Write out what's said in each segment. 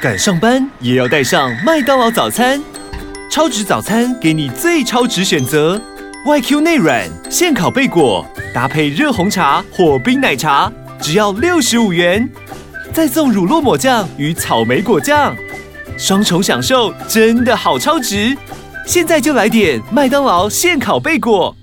赶上班也要带上麦当劳早餐。超值早餐给你最超值选择，YQ 内软现烤贝果，搭配热红茶或冰奶茶，只要六十五元，再送乳酪抹酱与草莓果酱，双重享受真的好超值！现在就来点麦当劳现烤贝果。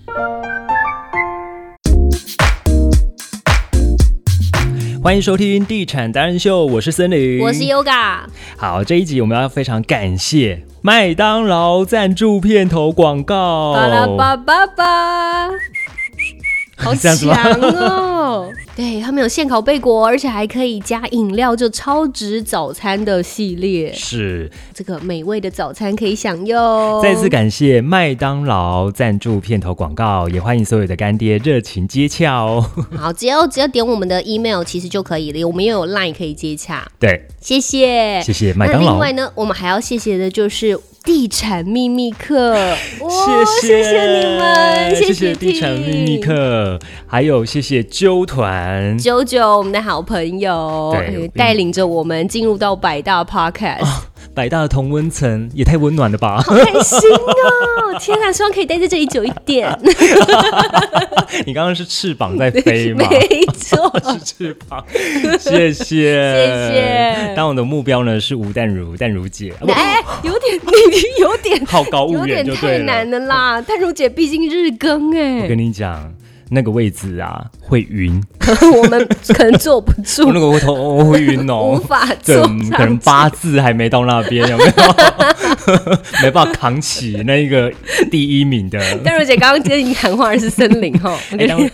欢迎收听《地产达人秀》，我是森林，我是 Yoga，好，这一集我们要非常感谢麦当劳赞助片头广告。巴拉巴巴 巴，好这样子吗强哦！ 对他们有现烤贝果，而且还可以加饮料，就超值早餐的系列，是，这个美味的早餐可以享用。再次感谢麦当劳赞助片头广告，也欢迎所有的干爹热情接洽哦。 好，只要只要点我们的 email 其实就可以了，我们又有 line 可以接洽，对，谢谢。谢谢麦当那劳另，外呢，我们还要谢谢的就是地产秘密 课，哇谢哦谢你们，谢谢地产秘密 Ting 课，还有谢谢纠团，九九，我们的好朋友，对呃嗯带领着我们进入到百大 Podcast，、 百大的同温层也太温暖了 吧！好开心 哦！天啊，希望可以待在这里久一点。你刚刚是翅膀在飞 吗？没 错，是翅膀，谢谢，谢谢当我的目标呢是吴淡如，淡如姐，啊不哎，有点， 你有点，好高骛有远点就太对了难。了啦。淡如姐毕竟日更我哎，跟你讲，那个位置啊会晕， 我们可能坐不我住那，个会头我会 晕无 哦。法对，坐可能上去。八字还没到那边，有没有？ 没办法扛起那一个第一名 的。淡如姐刚刚跟你喊话的是森林哈，我 哎，跟当你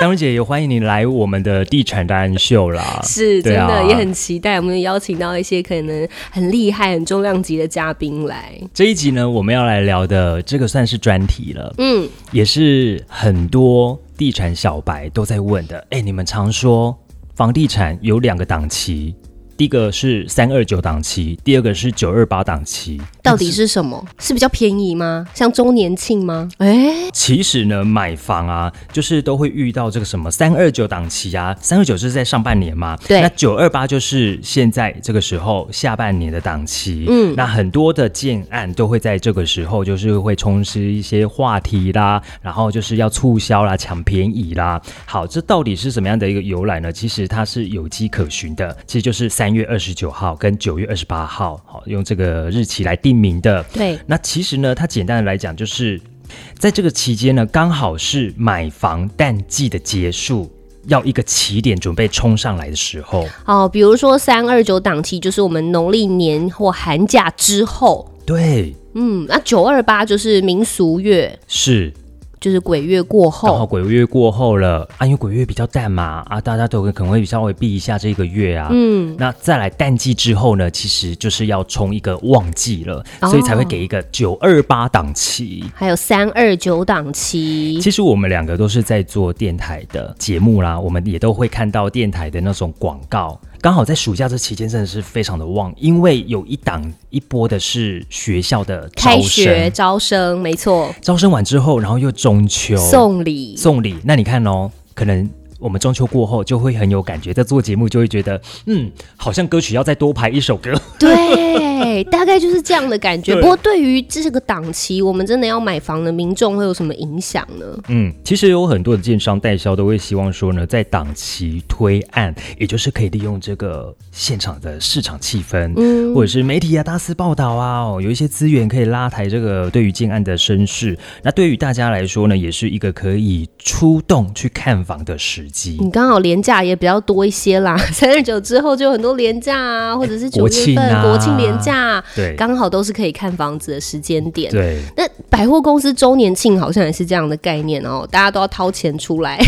当然姐也欢迎你来我们的地产达人秀啦。是真对啊的也很期待，我们有邀请到一些可能很厉害、很重量级的嘉宾来。这一集呢，我们要来聊的这个算是专题了。嗯，也是很多地产小白都在问的。哎，你们常说房地产有两个档期，第一个是三二九档期，第二个是九二八档期。到底是什么？是比较便宜吗？像周年庆吗？哎、其实呢，买房啊，就是都会遇到这个什么三二九档期啊，三二九是在上半年嘛，对那九二八就是现在这个时候下半年的档期，嗯，那很多的建案都会在这个时候，就是会充斥一些话题啦，然后就是要促销啦、抢便宜啦。好，这到底是什么样的一个由来呢？其实它是有迹可循的，其实就是三月二十九号跟九月二十八号，好，用这个日期来定名的，对，那其实呢，它简单的来讲，就是在这个期间呢，刚好是买房淡季的结束，要一个起点准备冲上来的时候。哦，比如说三二九档期，就是我们农历年或寒假之后。对，嗯，那九二八就是民俗月，是。就是鬼月过然后后。鬼月过后了，啊，因为鬼月比较淡嘛，啊，大家都可能会稍微避一下这个月啊。嗯，那再来淡季之后呢，其实就是要冲一个旺季了，哦所以才会给一个九二八档期。还有三二九档期。其实我们两个都是在做电台的节目啦，我们也都会看到电台的那种广告。刚好在暑假这期间真的是非常的旺，因为有一档一波的是学校的开招学生，招生，没错，招生完之后，然后又中秋送礼，送礼，那你看哦，可能。我们中秋过后就会很有感觉，在做节目就会觉得，嗯，好像歌曲要再多排一首歌。对，大概就是这样的感觉。对不过对于这个档期，我们真的要买房的民众会有什么影响呢？嗯，其实有很多的建商代销都会希望说呢，在档期推案，也就是可以利用这个现场的市场气氛，或者是媒体啊大肆报道啊，哦，有一些资源可以拉抬这个对于建案的声势。那对于大家来说呢，也是一个可以出动去看房的时机。你刚好廉价也比较多一些啦， 三十九之后就有很多廉价啊，或者是九国月庆份啊国庆廉价，对刚好都是可以看房子的时间点。对，那百货公司周年庆好像也是这样的概念哦，大家都要掏钱出 来。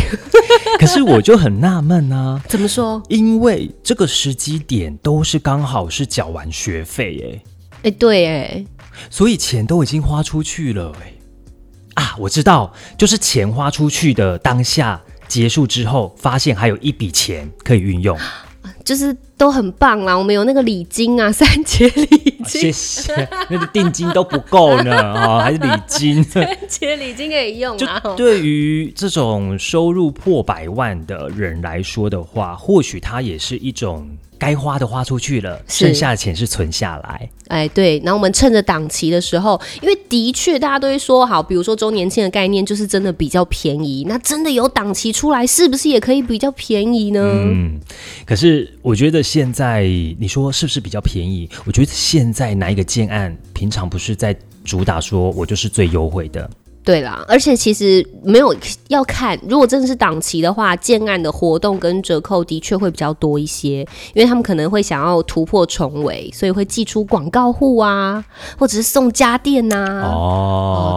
可是我就很纳闷啊。怎么说？因为这个时机点都是刚好是缴完学费耶， 哎、对，哎，所以钱都已经花出去了、欸，啊，我知道，就是钱花出去的当下结束之后，发现还有一笔钱可以运用。啊就是都很棒啦。我们有那个礼金啊，三节礼 金，谢谢，那个定金都不够呢，啊、还是礼金。三节礼金可以用 就啊。对于这种收入破百万的人来说的话，或许它也是一种该花的花出去了，是剩下的钱是存下来。哎，对，然后我们趁着档期的时候，因为的确大家都会说好，比如说周年庆的概念就是真的比较便宜，那真的有档期出来，是不是也可以比较便宜呢？嗯，可是我觉得现在你说是不是比较便宜？我觉得现在哪一个建案平常不是在主打说我就是最优惠的？对啦，而且其实没有要看，如果真的是档期的话，建案的活动跟折扣的确会比较多一些，因为他们可能会想要突破重围，所以会寄出广告户啊，或者是送家电啊呐、哦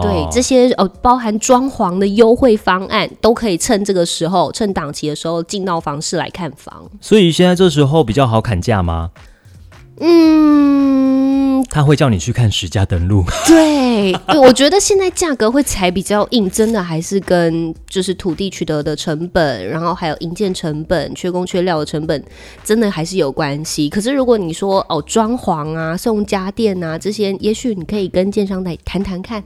哦，对，这些哦，包含装潢的优惠方案，都可以趁这个时候，趁档期的时候进到房市来看房。所以现在这时候比较好砍价吗？嗯，他会叫你去看实价登录， 对，对，我觉得现在价格会踩比较硬，真的还是跟就是土地取得的成本，然后还有营建成本、缺工缺料的成本，真的还是有关系。可是如果你说哦，装潢啊、送家电啊这些，也许你可以跟建商来谈谈看，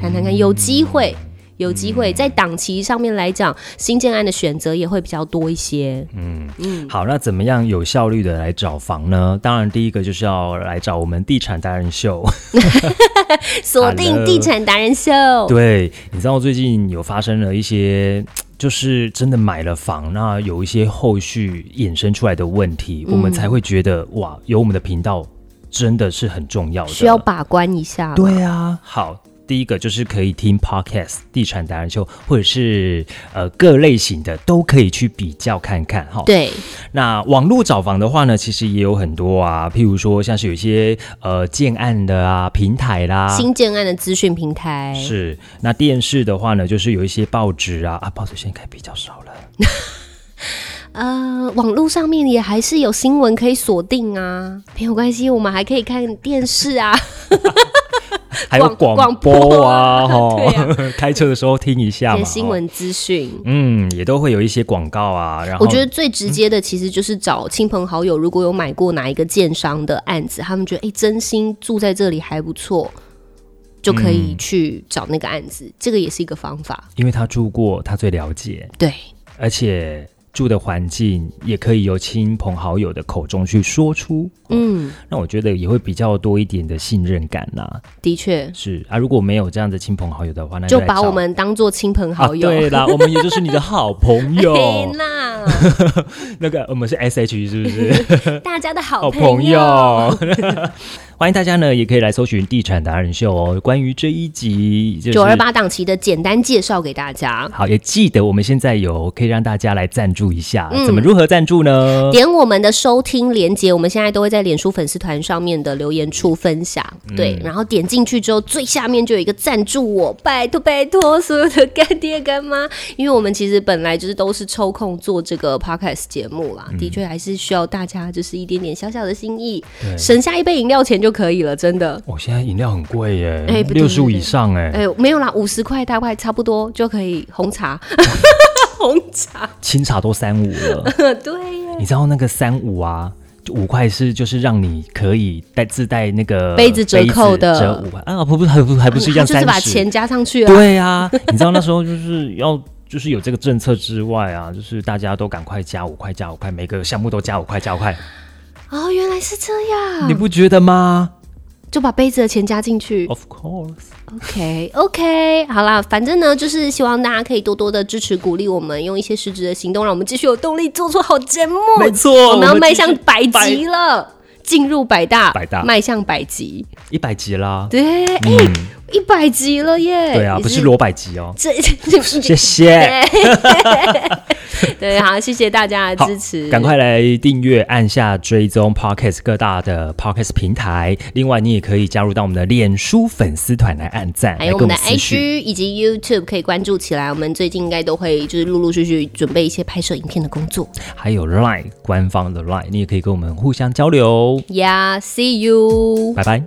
谈谈看，有机会。有机会在档期上面来讲，新建案的选择也会比较多一些。嗯 好，那怎么样有效率的来找房呢？当然，第一个就是要来找我们地产达人秀。锁定地产达人秀，对，你知道最近有发生了一些，就是真的买了房，那有一些后续衍生出来的问题，嗯我们才会觉得哇，有我们的频道真的是很重要的。需要把关一下。对啊，好。第一个就是可以听 podcast 地产达人秀，或者是呃各类型的都可以去比较看看哈。对，那网络找房的话呢，其实也有很多啊，譬如说像是有一些呃建案的啊平台啦。新建案的资讯平台是，那电视的话呢，就是有一些报纸啊，啊，报纸现在应该比较少了。呃，网络上面也还是有新闻可以锁定啊，没有关系，我们还可以看电视 啊。还有广广广播播啊啊，吼、 对 开车的时候听一下对，嘛。新吼，闻资讯。嗯，也都会有一些广告啊。然后我觉得最直接的其实就是找亲朋好友，如果有买过哪一个建商的案子，他们觉得哎、诶真心住在这里还不错，就可以去找那个案子，嗯这个也是一个方法。因为他住过，他最了解，对，而且住的环境也可以由亲朋好友的口中去说出。嗯，那我觉得也会比较多一点的信任感呐、的确，是啊，如果没有这样的亲朋好友的话，那就来把找我们当做亲朋啊，好友。对啦，我们也就是你的好朋 友嘿。啦，那个我们是 S H 是不是？大家的好好朋哦朋友。友。 欢迎大家呢，也可以来搜寻《地产达人秀》哦。关于这一集，就是九二八档期的简单介绍给大家。好，也记得我们现在有可以让大家来赞助一下，嗯怎么如何赞助呢？点我们的收听连接，我们现在都会在脸书粉丝团上面的留言处分享，嗯对，然后点进去之后，最下面就有一个赞助我，拜托拜托所有的干爹干妈，因为我们其实本来就是都是抽空做这个 podcast 节目啦，嗯的确还是需要大家就是一点点小小的心意，省下一杯饮料钱就可以了，真的。我、哦现在饮料很贵哎耶，不对六十五以上哎， 哎、没有啦，五十块大概差不多就可以红茶，红茶，清茶都三五了。对耶，你知道那个三五啊，就五块是就是让你可以带自带那个杯子折扣的杯子折五块啊，不不还不还不是一 样就三是十、把钱加上去啊。对啊，你知道那时候就是要。就是有这个政策之外啊，就是大家都赶快加五块，加五块，每个项目都加五块，加五块，哦，原来是这样，你不觉得吗就把杯子的钱加进去。 ？Of course， OK OK，好啦，反正呢，就是希望大家可以多多的支持鼓励我们，用一些实质的行动，让我们继续有动力做出好节目。没错哦我们要我们迈继续向百百集了。进入百大，百大迈向百集，一百集啦，对，哎、一百集了耶！对啊，也不是罗百集哦，这 这谢谢，对，好，谢谢大家的好支持，赶快来订阅，按下追踪 Podcast 各大的 Podcast 平台。另外，你也可以加入到我们的脸书粉丝团来按赞，还来有我跟们的私讯。 IG 以及 YouTube 可以关注起来。我们最近应该都会就是陆陆续续准备一些拍摄影片的工作。还有 Line 官方的 Line，你也可以跟我们互相交流。 Yeah，see you。拜拜。